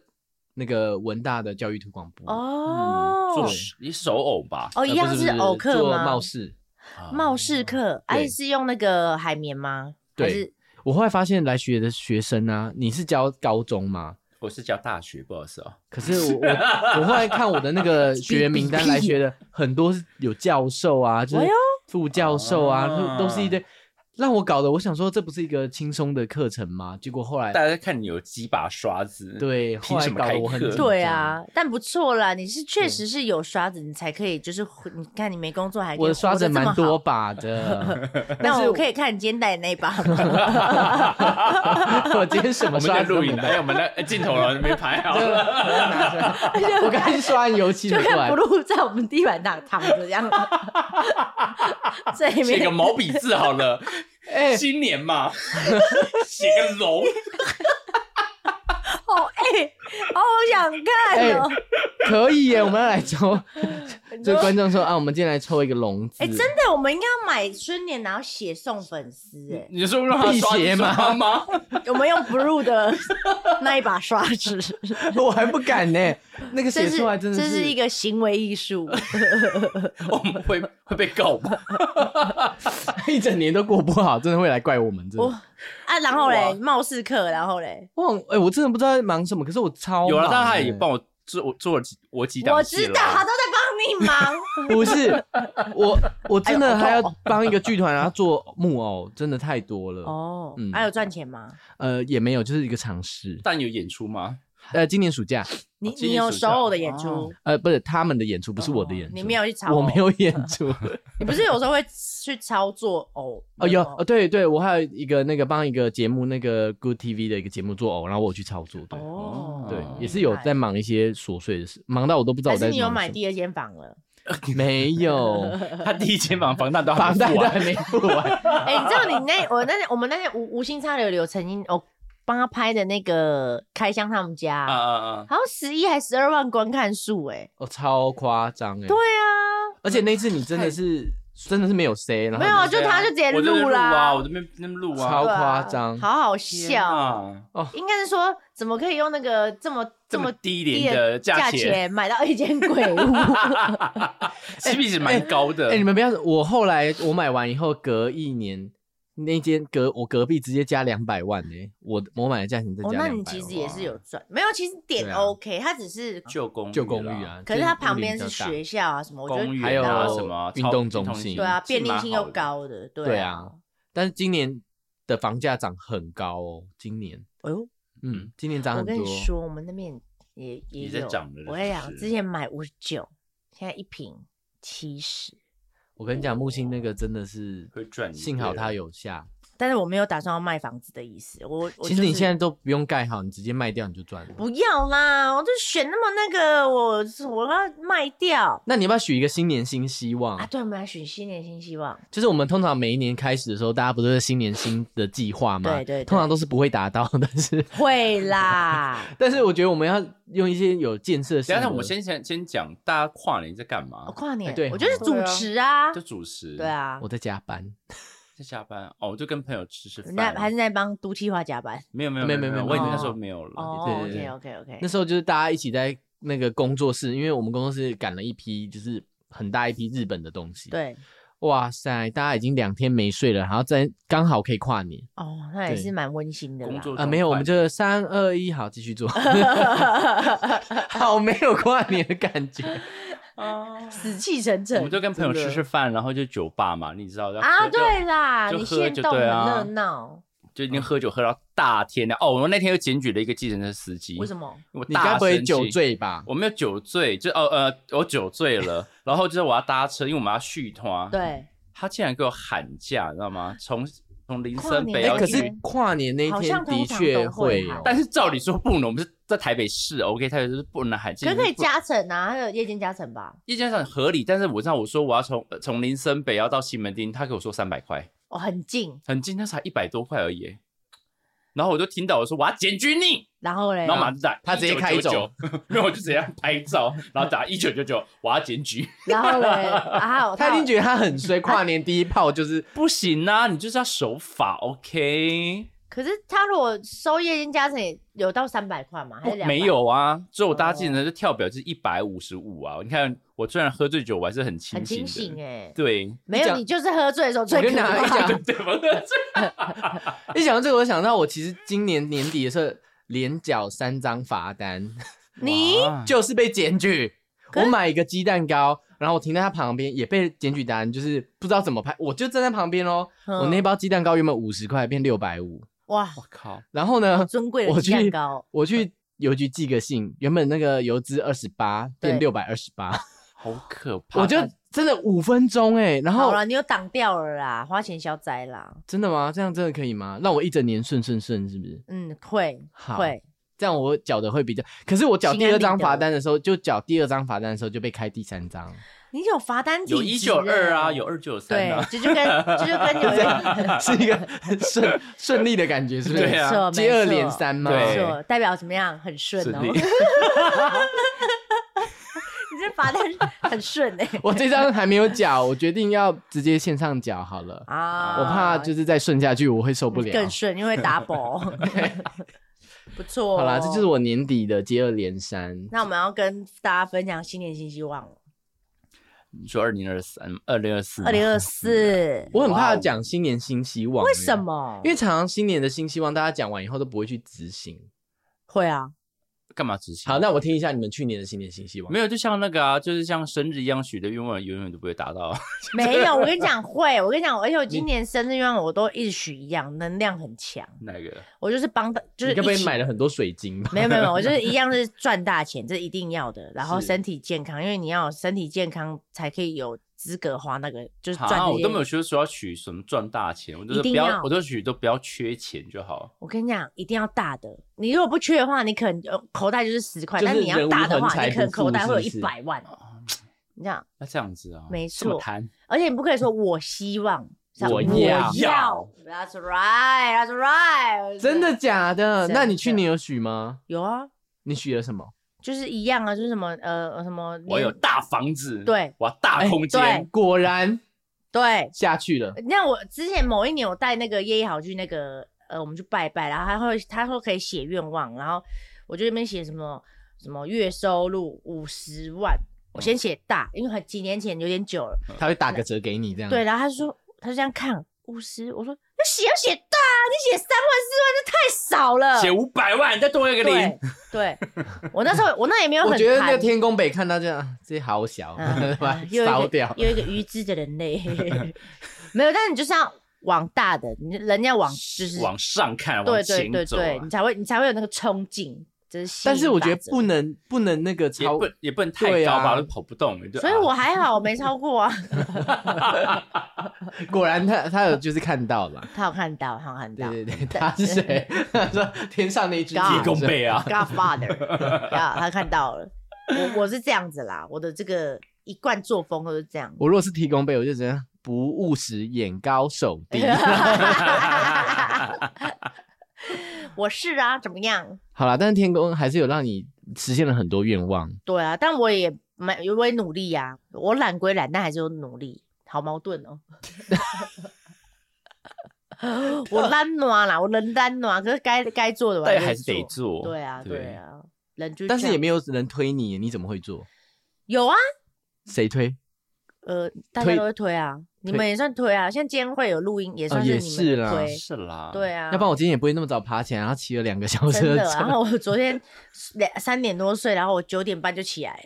S2: 那个文大的教育推广部，
S4: 哦
S3: 嗯，做你手偶吧？
S4: 哦，一样
S2: 呃不
S4: 是
S2: 是
S4: 偶课
S2: 做
S4: 吗？
S2: 貌似。
S3: 啊
S4: 貌似课，哎，
S2: 对
S4: 是用那个海绵吗？
S2: 对
S4: 还是
S2: 我后来发现来学的学生啊，你是教高中吗？
S3: 我是教大学，不好意思哦。
S2: 可是 我我我后来看我的那个学员名单来学的，很多是有教授啊，就
S4: 哎
S2: 是
S4: 呦
S2: 副教授
S3: 啊
S2: 啊，都都是一堆让我搞得，我想说这不是一个轻松的课程吗？结果后来
S3: 大家看你有几把刷子，
S2: 对，后
S3: 凭
S2: 来
S3: 什么
S2: 搞
S3: 开
S2: 得我很
S3: 课
S2: 紧张
S4: 对，啊，但不错啦，你是确实是有刷子，你才可以就是你看你没工作还可以
S2: 我的刷
S4: 活
S2: 子
S4: 得这么
S2: 蛮
S4: 好
S2: 多把 的，但
S4: 那
S2: 是
S4: 我可以看你今天戴的那一把吗？
S2: 我今天什
S3: 我
S2: 么
S3: 们
S2: 刷
S3: 在
S2: 子
S3: 录影
S2: 都没
S3: 的，哎，我们的镜头了没拍好。
S2: 啊有我要拿出 来我刚才刷完油漆
S4: 就
S2: 的过
S4: 看
S2: 来
S4: 布，鲁在我们地板上躺着这样， 这里
S3: 写个
S4: 面
S3: 毛笔字好了，
S2: 哎，
S3: 新年嘛，写个龙，
S4: 哦哎、好想看哦、
S2: 哎可以耶，我们要来抽。
S4: 说
S2: 就观众说啊，我们今天来抽一个龙字。
S4: 哎、真的，我们应该要买春联，然后写送粉丝、哎，
S3: 你说让他刷
S2: 辟邪吗
S3: 刷吗？
S4: 我们用 blue 的那一把刷子，
S2: 我还不敢呢、 那个
S4: 这
S2: 写
S4: 是
S2: 出来真的
S4: 这是一
S2: 个
S4: 个行为 艺术。
S3: 我们会会被告吧？
S2: 一整年都过不好，真的会来怪我们。真的，
S4: 我
S2: 我
S4: 啊，然后嘞，
S3: 哇
S4: 貌似课，然后嘞，
S2: 忘哎、我真的不知道在忙什么，可是我超
S3: 有了，啊
S2: 忙
S3: 但他
S2: 欸
S3: 也帮我做做了几我几档
S4: 我
S3: 戏
S4: 知
S3: 了
S4: 道，他都在帮你忙。
S2: 不是我，我真
S4: 哎呦
S2: 的
S4: 好痛
S2: 还要
S4: 哦
S2: 帮一个剧团，然后做木偶，真的太多了。
S4: 哦，还、
S2: 嗯
S4: 有赚钱吗？
S2: 呃，也没有，就是一个尝试。
S3: 但有演出吗？
S2: 呃，今年暑假，
S4: 你
S3: 今
S4: 你
S3: 年
S4: 有
S3: 暑
S4: 首
S3: 假
S4: 偶的演出，哦
S3: 哦
S2: 呃，不是他们的演出，不是我的演出，
S4: 你没有去炒，
S2: 我没，有演 出。
S4: 你不是有时候会去操作偶？
S2: 哦，有
S4: 那种
S2: 哦，对对，我还有一个那个帮一个节目，那个 Good TV 的一个节目做偶，然后我有去操作，对。
S4: 哦，
S2: 对
S3: 哦，
S2: 也是有在
S4: 明
S2: 忙一些琐碎的事，忙到我都不知
S4: 白。
S2: 道
S4: 还
S2: 我在
S4: 是
S2: 忙
S4: 你
S2: 什
S4: 有
S2: 么。
S4: 买第二间房了？
S2: 没有，
S3: 他第一间房房贷都还
S2: 房
S3: 没
S2: 贷
S3: 付
S2: 都
S3: 完
S2: 还没付完。
S4: 哎、你知道你那我那天我们那天无无心插柳柳曾经我帮他拍的那个开箱他们家，
S3: 啊啊啊！
S4: 好像十一还十二万观看数哎、
S2: 哦，超夸张哎！
S4: 对，啊，
S2: 而且那次你真的是真的是没有 say，然后
S4: 没有啊，
S3: 对
S4: 就
S3: 啊
S4: 他就直接
S3: 我这边
S4: 录
S3: 录
S4: 啦，
S3: 啊，我这边那边录啊，
S2: 超
S4: 对啊
S2: 夸张
S4: 好好
S3: 天
S4: 笑哦。
S3: 啊！
S4: 应该是说，怎么可以用那个这么
S3: 这么
S4: 么
S3: 低
S4: 低
S3: 廉的价
S4: 价
S3: 钱，
S4: 钱买到一间鬼 屋？
S3: CP 值蛮高的。
S2: 哎，你们不要，我后来我买完以后，隔一年那间隔我隔壁直接加两百万呢，我我买的价钱再
S4: 哦，
S2: 加
S4: 那
S2: 两
S4: 你
S2: 百
S4: 其实也是
S3: 万
S4: 有赚，没有？其实点
S2: 对啊
S4: OK，它只是，
S3: 旧公寓，
S2: 旧公寓，啊，
S4: 可是它旁
S2: 屋龄
S4: 边
S2: 比
S4: 是
S2: 较大
S4: 学校啊什么，我觉
S3: 公
S4: 得
S3: 寓
S2: 还有
S3: 啊什么
S2: 运
S3: 超
S2: 动中心
S4: 对啊，
S3: 是
S4: 便利
S3: 蛮
S4: 性
S3: 好
S4: 又
S3: 的
S4: 高的，对
S2: 对
S4: 啊
S2: 啊，但是今年的房价涨很高哦，今年，
S4: 哎呦，
S2: 嗯，今年涨
S4: 我
S2: 很多。
S4: 跟你说，我们那边也也
S3: 也在
S4: 有
S3: 涨了，
S4: 我跟你讲，
S3: 是不是
S4: 之前买五十九，现在一瓶七十，
S2: 我跟你讲，木星那个真的是
S3: 会赚一
S2: 幸好
S3: 倍
S2: 它有下。
S4: 但是我没有打算要卖房子的意思，我我
S2: 其实你
S4: 就是
S2: 现在都不用盖好，你直接卖掉你就赚了。
S4: 不要啦，我就选那么那个，我我要卖掉
S2: 那你要不要许一个新年新希望？
S4: 啊！对，我们来选新年新希望，
S2: 就是我们通常每一年开始的时候，大家不是有新年新的计划吗？
S4: 对对对
S2: 通常都是不会达到，但 是
S4: 会 啦，
S2: 但是我觉得我们要用一些有建设性
S3: 等一
S2: 的。
S3: 下，我先先先讲，大家跨年在干嘛
S4: 我？跨年
S2: 哎，对
S4: 我就是
S2: 哦
S4: 主
S3: 对啊
S4: 持啊
S3: 就，主持，
S4: 对，啊
S2: 我，在加班，
S3: 在下班哦，我就跟朋友吃吃饭。
S4: 那还是在帮都计划加班。
S3: 没有没有
S2: 没有
S3: 没
S2: 没有
S3: 我已经
S4: 没有
S3: 那时候没有了。
S4: 哦
S2: 对对
S4: ，OK
S2: 对
S4: OK OK，
S2: 那时候就是大家一起在那个工作室，因为我们工作室赶了一批就是很大一批日本的东西。，
S4: 对，
S2: 哇塞，大家已经两天没睡了，然后在刚好可以跨年
S4: 哦，那也
S2: 对
S4: 是蛮温馨的 啦。
S3: 工作
S2: 啊、没有，我们就三二一，好，继续做，好没有跨年的感觉。
S4: 死气沉
S3: 我
S4: 沉
S3: 们就跟朋友
S2: 真的
S3: 吃吃饭，然后就酒吧嘛，你知道要
S4: 啊，
S3: 喝就
S4: 对啦，
S3: 就
S4: 你
S3: 喝
S4: 现
S3: 就
S4: 动很
S3: 对啊
S4: 热闹，
S3: 就已经喝酒喝到大天亮。哦，我那天又检举了一个计程车司机，
S4: 为什？么？
S3: 我
S2: 你
S3: 大
S2: 该不会
S3: 生
S2: 酒
S3: 气？
S2: 醉吧？
S3: 我没有酒醉，就哦呃，我酒醉 了，然后就是我要搭车，因为我们要续团。，
S4: 对，
S3: 他竟然给我喊价，你知道吗？从从林
S4: 跨
S3: 森
S4: 年
S3: 北
S4: 哎
S3: 要
S2: 可
S3: 去，
S2: 是跨年那一
S4: 好
S2: 天
S4: 像
S2: 的
S4: 通常
S2: 确
S4: 都
S2: 会
S4: 会
S2: 有
S4: 喊，
S3: 但是照理说不能，我们是在台北市，OK，台北市是不能喊
S4: 可
S3: 价。
S4: 是可以
S3: 不
S4: 加成啊，还有夜间加成吧？
S3: 意见上很合理，但是我知道我说我要从呃从林森北要到西门町，他给我说三百块，
S4: 哦，很近，
S3: 很近，他才一百多块而已耶。然后我就听到我说我要检举你，
S4: 然后嘞
S3: 然，后马上打，
S2: 他直接开走
S3: 走， 没有我就直接拍照，然后打一九九九，我要检举，
S4: 然后嘞，啊，
S2: 他一定觉得他很衰，跨年第一炮就是
S3: 不行啊，你就是要守法，OK？
S4: 可是他如果收夜间加成也有到三百哦块吗？还
S3: 不
S4: 是
S3: 哦
S4: 两
S3: 没？有啊，所以我搭计程车就跳表就是一百五十五啊，你看我虽然喝醉酒，我还是很
S4: 很
S3: 清醒
S4: 清
S3: 的，
S4: 醒哎，
S3: 对，
S4: 没有，
S2: 讲
S4: 你就是喝醉的时候
S2: 我
S4: 最
S2: 跟你
S4: 可
S2: 讲，一
S4: 怕。
S2: 讲
S3: 对吧？这
S2: 一哎讲到这个，我想到我其实今年年底的时候连缴三张罚单，
S4: 你
S3: 哇
S2: 就是被检举。
S4: 可
S2: 我
S4: 是
S2: 买一个鸡蛋糕，然后我停在他旁边，也被检举单，就是不知道怎么拍，我就站在旁边哦。
S4: 嗯
S2: 我那包鸡蛋糕原本五十块变六百五，
S4: 哇，
S3: 我靠，
S2: 然后呢，
S4: 尊贵
S2: 我
S4: 的
S2: 去
S4: 鸡蛋糕，
S2: 我去邮局寄个信，原本那个邮资二十八变
S4: 对
S2: 六百二十 八，
S3: 好可怕！啊
S2: 我就真的五分钟哎、然后
S4: 好了，你又挡掉了啦，花钱消灾啦，
S2: 真的吗？这样真的可以吗？让我一整年顺顺顺，是不是？
S4: 嗯，会
S2: 好
S4: 会，
S2: 这样我缴的会比较，可是我缴第二张罚单的时候，就缴第二张罚单的时候就被开第三 张，
S4: 你有罚单体
S3: 有一九二啊，
S4: 质欸
S3: 有二九三
S4: 对
S3: 啊，，
S4: 这就跟这就跟 有一
S2: 是一个顺顺利的感觉，是不是？
S3: 对啊
S4: 没错
S2: 接二连。
S4: 没错
S2: 三嘛。
S4: 没
S3: 对
S4: 错，代表怎么样？很顺哦，
S3: 顺利
S4: 你这罚单很顺哎、
S2: 我这张还没有缴，我决定要直接线上缴好了，
S4: 啊！
S2: 我怕就是再顺下去我会受不了。
S4: 更顺，因为 double，不错、哦。
S2: 好啦，这就是。我年底的接二连三。
S4: 那我们要跟大家分享新年新希望，
S3: 你说二零二三、二零二四、
S4: 二零二四。
S2: 我很怕讲新年新希望，
S4: 哦为什？么？
S2: 因为常常新年的新希望，大家讲完以后都不会去执行。
S4: 会啊，
S3: 干嘛执行？
S2: 好，那我听一下你们去年的新年新希望。
S3: 没有，就像那个啊，就是像生日一样，许的愿望永远都不会达到。啊
S4: 没有。我跟你 讲，会。我跟你讲，而且我今年生日愿望我都一直许一样，能量很强。
S3: 那个
S4: 我就是帮他，就是
S2: 你该不
S4: 一
S2: 会
S4: 起
S2: 买了很多水晶吧？
S4: 没有没有，没有，我就是一样是赚大钱，这一定要的。然后
S2: 是
S4: 身体健康，因为你要有身体健康才可以有资格花那个，就是赚
S3: 啊，
S4: 这
S3: 我
S4: 些
S3: 都没有说说要许什么赚大钱，我就是
S4: 一定
S3: 不要，
S4: 要
S3: 我就许都不要缺钱就好。
S4: 我跟你讲，一定要大的。你如果不缺的话，你可能呃口袋就是十块，
S2: 就
S4: 但
S2: 是
S4: 你要
S2: 人无
S4: 大的
S2: 横
S4: 话，
S2: 财
S4: 你可能
S2: 不富
S4: 口袋会有
S2: 是不是
S4: 一百万。你这样，
S3: 哦那这样子啊，
S4: 没
S3: 这么
S4: 错
S3: 贪
S4: 而且你不可以说我希望，是吧
S2: 我要
S4: 我要。That's right, that's right。
S2: 真的假的？
S4: 真
S2: 那你去
S4: 的
S2: 年有许吗？
S4: 有啊，
S2: 你许了什么？
S4: 就是一样啊，就是什么呃什么，
S3: 我有大房子，
S4: 对
S3: 我要大空
S4: 哎
S3: 间，
S2: 果然
S4: 对
S2: 下去了。
S4: 那我之前某一年，我带那个叶一豪去那个呃，我们去拜拜，然后他会他说可以写愿望，然后我就那边写什么什么月收入五十万，我
S2: 哦
S4: 先写大，因为很几年前有点久了。
S2: 他会打个折给你这样。
S4: 对，，然后他就说他就这样看五十，我说要写要写大，啊你写三万四万这太少了。
S3: 写五百万，再多一个零
S4: 对，对， 我那时候我那也没有很
S2: 我觉得那个
S4: 贪
S2: 天宫北看到这样，啊这好小，
S4: 嗯
S2: 把它
S4: 又一
S2: 烧
S4: 个
S2: 掉。
S4: 又一个愚痴的人类， 没有，但是你就是要往大的，你人家往就是
S3: 往上看，
S4: 对
S3: 往
S4: 对
S3: 前
S4: 对
S3: 走啊。
S4: 对，你才会你才会有那个冲劲，这是吸 引
S2: 但是我觉
S4: 法
S2: 得
S4: 则
S2: 不，能不能那个
S3: 也
S2: 超
S3: 不也不能太
S2: 对
S3: 高
S2: 啊
S3: 吧，都跑不动。就
S4: 所以
S3: 啊
S4: 我还好，我没超过啊。
S2: 果然他他有就是看到 了，
S4: 他有看到，他有看
S2: 对
S4: 到。
S2: 对对，他是谁？ 他说天上那只
S4: 高
S3: 铁公
S2: 背，
S3: 背啊，
S4: Godfather，啊， 他看到了。我我是这样子啦，我的这个一贯作风都是这样。
S2: 我如果是提供背，我就觉得不务实，眼高手 低。
S4: 我是啊，怎么样？
S2: 好啦，但是天宫还是有让你实现了很多愿望。
S4: 对啊，但我也蛮，我也努力呀、啊。我懒归懒，但还是有努力，好矛盾哦。 我懒暖啦，我人懒暖，可是该该做的我
S3: 但还是得
S4: 做。
S3: 做。
S4: 对啊，对。啊，人就
S2: 但是
S4: 这
S2: 也
S4: 样
S2: 没有人推你，你怎么会做？
S4: 有啊，
S2: 谁推？
S4: 呃，大家
S2: 推
S4: 都会推啊，你
S2: 推哦
S4: 们也算推啊。像今天会有录音，也算
S2: 也
S4: 是你
S2: 是
S4: 们
S2: 啦
S4: 推，
S3: 是啦，
S4: 对啊。
S2: 要不然我今天也不会那么早爬起来，然后骑了两个小时
S4: 真的。
S2: 车。
S4: 然后我昨天两三点多睡，然后我九点半就起来了，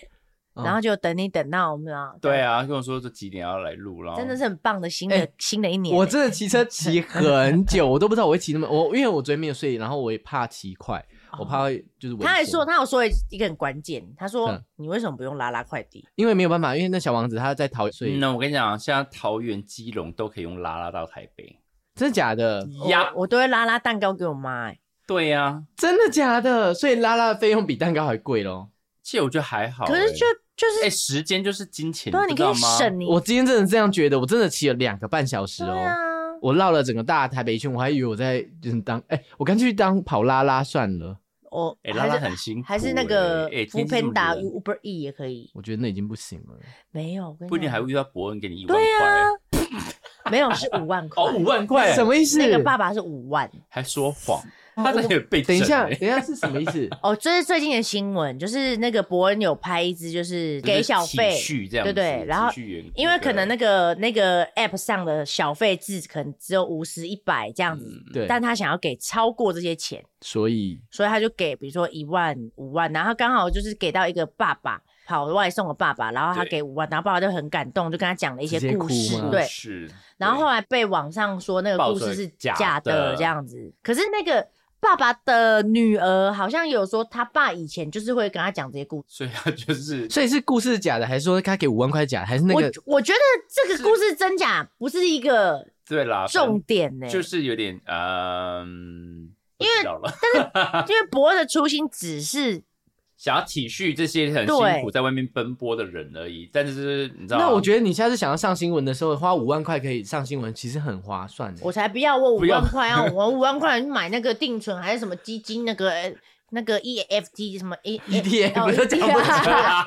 S2: 嗯
S4: 然后就等你等到我们啊。
S3: 对啊，跟我说这几点要来录了，
S4: 真的是很棒的新的、
S2: 哎
S4: 新的一年欸、
S2: 我真的骑车骑很久，我都不知道我会骑那么我，因为我昨天没有睡，然后我也怕骑快，
S4: 哦
S2: 我怕会就是危
S4: 他还
S2: 险
S4: 说，他有说一个很关键，他说、
S2: 嗯
S4: 你为什么不用拉拉快递？
S2: 因为没有办法，因为那小王子他在桃园，所以
S3: 嗯那我跟你讲，现在桃园、基隆都可以用拉拉到台北。
S2: 真的假的？
S3: 呀
S4: 我，我都会拉拉蛋糕给我妈、欸，
S3: 对啊呀，
S2: 真的假的？所以拉拉的费用比蛋糕还贵咯。
S3: 其实我觉得还好欸。
S4: 可是就就是、
S3: 哎，时间就是金钱，
S4: 对啊，
S3: 你
S4: 你
S3: 知
S4: 可
S3: 道
S4: 以
S3: 吗？
S4: 省你
S2: 我今天真的这样觉得，我真的骑了两个半小时
S4: 对
S2: 哦。
S4: 啊，
S2: 我绕了整个大台北一圈，我还以为我在就是当哎、我干脆去当跑拉拉算了，
S4: 我
S3: 哎，拉
S4: 还
S3: 拉
S4: 是
S3: 很辛苦欸，
S4: 还是那个
S3: 哎，
S4: 福
S3: 天气这么
S4: 喷达
S3: 冷
S4: Uber E 也可以，
S2: 我觉得那已经不行了。
S4: 没有，我跟你
S3: 不一定
S4: 讲
S3: 还会遇到伯恩给你一万
S4: 嗯对啊
S3: 块，，欸
S4: 没有是五万 块，
S3: 哦，五万
S4: 哎
S3: 块，
S2: 什么意思？
S4: 那个爸爸是五万
S3: 还说谎，他在也被
S2: 等一
S3: 整
S2: 下，
S3: 欸
S2: 等一下是什么意 思？
S4: 哦，这是最近的新闻，就是那个伯恩有拍一支，就是给小费
S3: 就是体，恤这样
S4: 对
S3: 子，
S4: 对，然后
S3: 体恤员工
S4: 因为可能那个那个 app 上的小费制可能只有五十、一百
S3: 嗯
S4: 这样子，
S2: 对，
S4: 但他想要给超过这些钱，
S2: 所以
S4: 所以他就给比如说一万、五万，然后他刚好就是给到一个爸爸。跑外送的爸爸，然后他
S3: 对
S4: 给五万，然后爸爸就很感动，就跟他讲了一些
S2: 直接
S4: 故
S2: 哭
S4: 事
S2: 吗，
S4: 对，
S3: 嗯是，
S4: 然后后来被网上说那个
S3: 爆
S4: 故
S3: 出
S4: 事
S3: 来
S4: 是
S3: 假
S4: 假的
S3: 的
S4: 这样子，可是那个爸爸的女儿好像有说他爸以前就是会跟他讲这些故事。
S3: 所以他就是
S2: 所以是故事是假的，还是说他给五万块假的，还是那个
S4: 我我觉得这个故事真假不是一个
S3: 对啦，
S4: 重点呢、
S3: 就是有点嗯，
S4: 因为
S3: 不知道了
S4: 因为博尔的初心只是
S3: 想要体恤这些很辛苦
S4: 对
S3: 在外面奔波的人而已，但是就是你知道吗，
S2: 那我觉得你下次想要上新闻的时候，花五万块可以上新闻，其实很划算的。欸
S4: 我才不要我五
S3: 不要
S4: 万块 啊，我五万块去买那个定存还是什么基金那个呃那个 EFT 什么 E
S2: ETF 都讲不出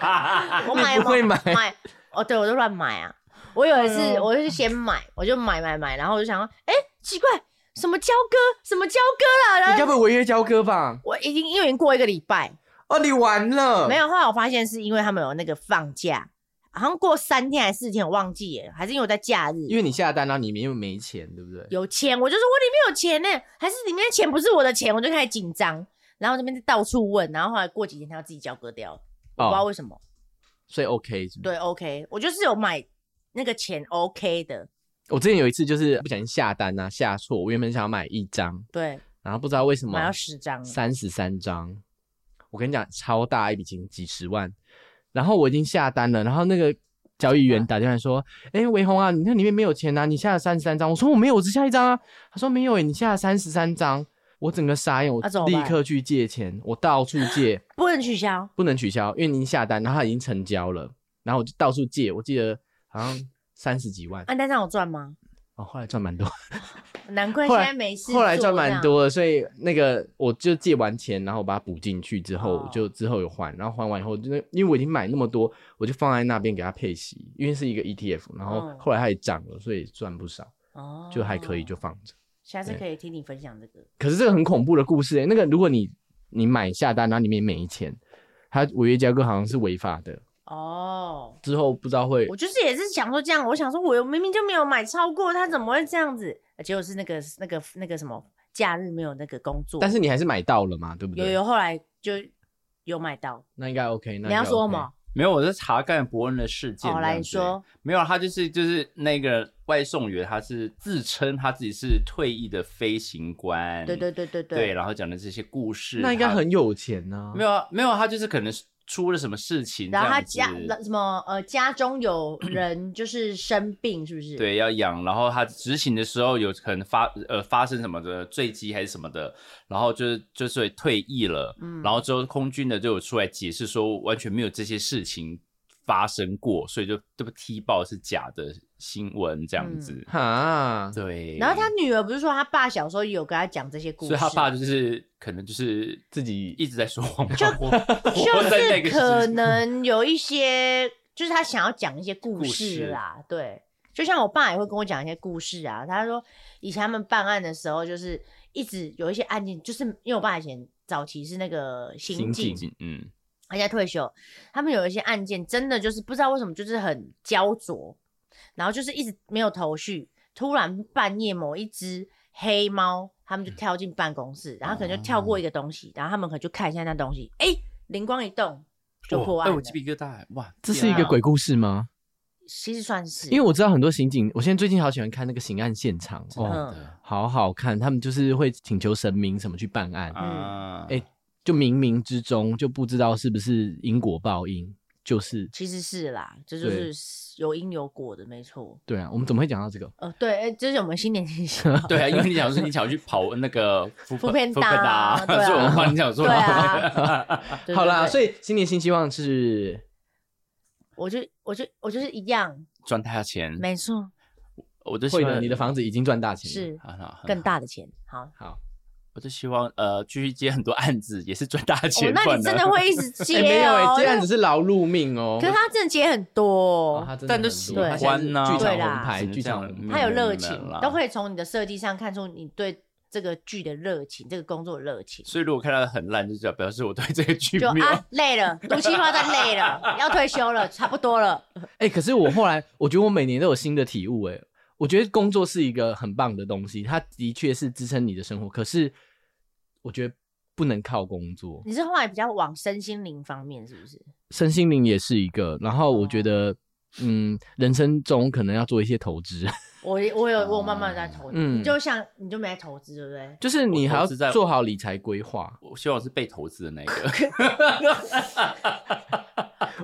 S4: 我买
S2: 你不会买
S4: 买哦，对我都乱买啊。我有一次，我就是先买，我就买买买，然后我就想说，哎、奇怪，什么交割，什么交割了？
S2: 你
S4: 然
S2: 该
S4: 后
S2: 不会违约交割吧？
S4: 我已经因为已经过一个礼拜，
S2: 哦，你完了，
S4: 没有。后来我发现是因为他们有那个放假，好像过三天还是四天，我忘记了，还是因为我在假日。
S2: 因为你下单，然后你没有没钱，对不对？
S4: 有钱，我就说我里面有钱呢，还是里面的钱不是我的钱，我就开始紧张，然后这边到处问，然后后来过几天他要自己交割掉，我不知道
S2: 哦，
S4: 为什么。
S2: 所以 OK 是不是。
S4: 对，OK，我就是有买那个钱 OK 的，
S2: 我之前有一次就是不小心下单啊，下错，我原本想要买一张，
S4: 对，
S2: 然后不知道为什么
S4: 买到十张，
S2: 三十三张，我跟你讲，超大一笔钱，几十万。然后我已经下单了，然后那个交易员打电话来说：“哎、维宏啊，你那里面没有钱啊，你下了三十三张。”我说：“我没有，我只下一张啊。”他说：“没有、欸，你下了三十三张。”我整个傻眼，我
S4: 那怎么办
S2: 立刻去借钱，我到处借，
S4: 不能取消。
S2: 不能取消，因为您下单，然后他已经成交了，然后我就到处借，我记得好像三十几万，
S4: 按啊单上有赚吗？
S2: 哦，后来赚蛮多，
S4: 难怪
S2: 后
S4: 现
S2: 来
S4: 在没事，
S2: 后来赚蛮。多的，所以那个我就借完钱，然后我把它补进去之后，
S4: 哦
S2: 我就之后有还，然后还完以后，就是因为我已经买那么多，我就放在那边给它配息，因为是一个 ETF，然后
S4: 嗯
S2: 后来它也涨了，所以赚不少，
S4: 哦
S2: 就还可以，就放着。
S4: 下次可以听你分享这个。
S2: 可是这个很恐怖的故事、欸，那个如果你你买下单，然后里面没钱，它违约交割好像是违法的，
S4: 哦，
S2: 之后不知道会
S4: 我就是也是想说这样，我想说我明明就没有买超过，他怎么会这样子？啊结果是那个那个那个什么假日没有那个工作，
S2: 但是你还是买到了嘛，对不
S4: 有
S2: 对？
S4: 有后来就有买到。
S2: 那应该 OK 那应该 OK。
S4: 你要说什么？
S3: 没有，我在查看伯恩的事件。
S4: 哦，
S3: 这
S4: 来
S3: 样
S4: 你
S3: 子
S4: 说，
S3: 没有，啊他就是就是那个外送员，他是自称他自己是退役的飞行官，
S4: 对对对对
S3: 嗯对然后讲的这些故事，
S2: 那应该
S3: 他
S2: 很有钱呢、
S3: 没有啊没有，他就是可能出了什么事情，
S4: 然后他
S3: 这样
S4: 家
S3: 子
S4: 什么呃家中有人就是生病，是不是？，
S3: 对要养，然后他执行的时候有可能发呃发生什么的坠机还是什么的，然后就是就是退役了，
S4: 嗯
S3: 然后之后空军的就有出来解释说完全没有这些事情发生过，所以就这个踢爆是假的新闻这样子，
S2: 哈，
S3: 对，
S4: 嗯然后他女儿不是说他爸小时候有跟他讲这些故
S3: 所
S4: 事，
S3: 以他爸就是可能就是
S2: 自己
S3: 一直在说谎，
S4: 就
S3: 活
S4: 就
S3: 活在那
S4: 是
S3: 个
S4: 可
S3: 世界
S4: 能有一些，就是他想要讲一些故事啦，对。就像我爸也会跟我讲一些故事啊，他说以前他们办案的时候，就是一直有一些案件，就是因为我爸以前早期是那个刑警，
S3: 境，嗯，
S4: 人家退休，他们有一些案件真的就是不知道为什么就是很焦灼，然后就是一直没有头绪。突然半夜某一只黑猫，他们就
S2: 嗯
S4: 跳进办公室，然后可能就跳
S2: 哦
S4: 过一个东西，然后他们可能就看一下那东西，哎、灵光一动就破
S3: 哇哎，
S4: 案了。
S3: 我鸡皮疙瘩，哇，
S2: 这
S3: 天
S2: 是一个
S3: 啊
S2: 鬼故事吗？
S4: 其实算是，
S2: 因为我知道很多刑警，我现在最近好喜欢看那个刑案现场
S3: 真
S4: 嗯
S2: 哦，
S3: 的
S2: 好好看，他们就是会请求神明什么去办
S4: 嗯
S2: 案，
S3: 啊，
S2: 哎就冥冥之中就不知道是不是因果报应，就是
S4: 其实是啦，这就
S2: 对
S4: 是有因有果的，没错。
S2: 对啊，我们怎么会讲到这个？
S4: 呃，对，哎这是我们新年提醒。
S3: 对啊，因为你想说你想要去跑那个福
S4: 福
S3: 片
S4: 片
S3: 福
S4: 大
S3: 大，
S4: 啊对 啊
S3: 所以我帮你想说，
S4: 对啊对
S2: 好啦，
S4: 对对
S2: 所以新年新希望是
S4: 我就我就我就是一样，
S3: 赚大钱，
S4: 没
S2: 嗯
S4: 错，
S3: 我就希
S2: 会的，
S3: 望
S2: 你的房子已经赚大钱了。
S4: 是
S3: 很好
S4: 更，大的钱。好，
S2: 好，
S3: 很好我就希望呃继续接很多案子，也是赚大
S4: 哦
S3: 钱，，
S4: 那
S3: 不然
S4: 你
S3: 呢
S4: 真的。 会一直
S2: 啊 哎没
S4: 接
S2: 有
S4: 哦
S2: 哎，？这样
S4: 那
S2: 只是劳碌命哦。
S4: 可是他真的接很多
S2: 哦
S4: 哦，
S2: 他真的
S3: 但就
S2: 很
S3: 喜
S2: 多他现在是
S3: 欢呢、
S2: 剧场
S4: 对啦
S2: 红牌，剧场红牌
S4: 他有热
S3: 没
S4: 情
S3: 了啦，
S4: 都可以从你的设计上看出你对这个剧的热情，这个工作的热 情。
S3: 所以如果看到很烂，就表表示我对这个剧
S4: 就
S3: 没有。
S4: 啊，累了，读计划站累了，要退休了，差不多了。
S2: 哎、可是我后来，我觉得我每年都有新的体悟、哎，我觉得工作是一个很棒的东西，它的确是支撑你的生活。可是，我觉得不能靠工作，
S4: 你是后来比较往身心灵方面，是不是？
S2: 身心灵也是一个。然后，我觉得，
S4: 哦
S2: 嗯，人生中可能要做一些投资，
S4: 我我有我慢慢在投资，
S2: 嗯
S4: 你就像你就没在投资，对不对？
S2: 就是你还要
S3: 我投资在
S2: 做好理财规划。
S3: 我希望我是被投资的那一个，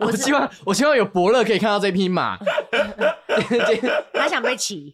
S2: 我希望，我希望有伯乐可以看到这匹 马。
S4: 他想被骑，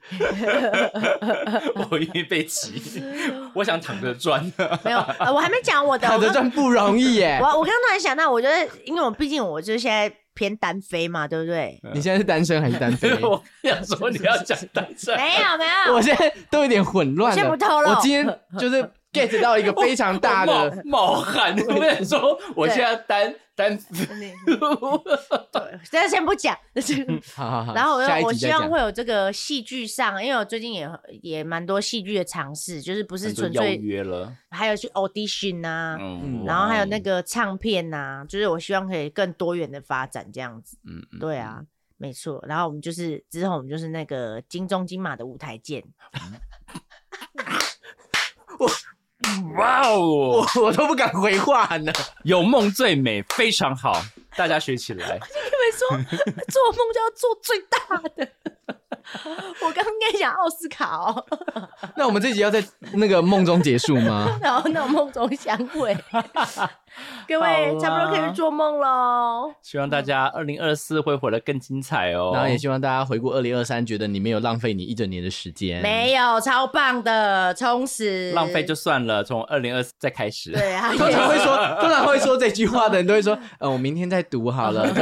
S3: 我愿意被 骑， 我想躺着赚。
S4: 没有，呃我还没讲 我的。
S2: 躺
S4: 我
S2: 着赚
S4: 刚
S2: 不容易耶、
S4: 我我刚刚突然想到，我觉得，因为我毕竟我就是现在偏单飞嘛，对不对？
S2: 你现在是单身还是单 飞？
S3: 我想说你要讲单身，
S4: 没有没有，
S2: 我现在都有点混乱了。
S4: 先不透露
S2: 我今天就是 get 到一个非常大 的
S3: 我冒冒汗。我跟你说，我现在单单，
S4: 对，这先不讲。
S2: 好嗯好好，
S4: 然后我
S2: 下一
S4: 又我
S2: 集
S4: 希
S2: 再
S4: 望
S2: 讲
S4: 会有这个戏剧上，因为我最近也也蛮多戏剧的尝试，就是不是
S3: 很多
S4: 纯
S3: 邀
S4: 粹，
S3: 约了，
S4: 还有去 audition 啊，
S3: 嗯
S4: 然后还有那
S3: 个，
S4: 个唱片呐、就是我希望可以更多元的发展这样子。
S3: 嗯，嗯
S4: 对，啊，没错。然后我们就是之后我们就是那个金钟金马的舞 台见。
S3: 哇哦，
S2: 我我都不敢回话 呢。
S3: 有梦最美，非常好，大家学起来。
S4: 因为说 做梦就要做最大的。 我刚刚跟你讲奥斯卡哦，
S2: 那我们这集要在那个梦中结束 吗？
S4: 然后那种梦中相会， 各
S3: 好
S4: 位
S3: 啦
S4: 差不多可以去做梦喽。
S3: 希望大家二零二四会活得更精彩哦。
S2: 然后也希望大家回顾二零二三，觉得你没有浪费你一整年的时间。
S4: 没有，超棒的，充实。
S3: 浪费就算了，从二零二四再开始。
S4: 对 啊，
S2: 通常会说，通常会说这句话的人都会说，呃，我明天再读好了。就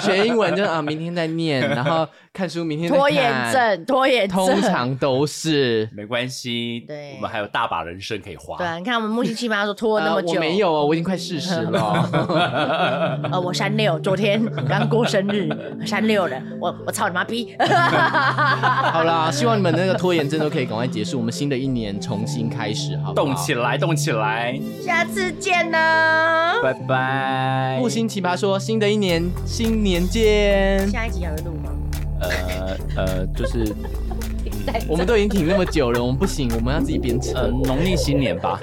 S2: 是 学英文就啊，明天再念，然后看书明天再看
S4: 拖延，症，拖延症。
S2: 通常都是。
S3: 没关系，
S4: 对
S3: 我们还有大把人生可以花。
S4: 对啊，你看我们木星七妈说拖那
S2: 呃
S4: 么
S2: 我
S4: 久，
S2: 没有哦，我已经快四十 了。
S4: 呃，我三六，昨天刚过生日，三六了，我我操你妈逼！
S2: 好啦，希望你们那个拖延症都可以赶快结束，我们新的一年重新开始，好不好？
S3: 动起来，动起
S4: 嗯
S3: 来，
S4: 下次见呢。
S3: 拜拜。
S2: 木星奇葩说：“新的一年，新年见。
S4: 下一集还会录吗？
S3: 呃呃， 就是
S4: 在”
S3: 呃
S2: 我们都已经挺那么久了，我们不行，我们要自己鞭策
S3: 呃。农历新年吧。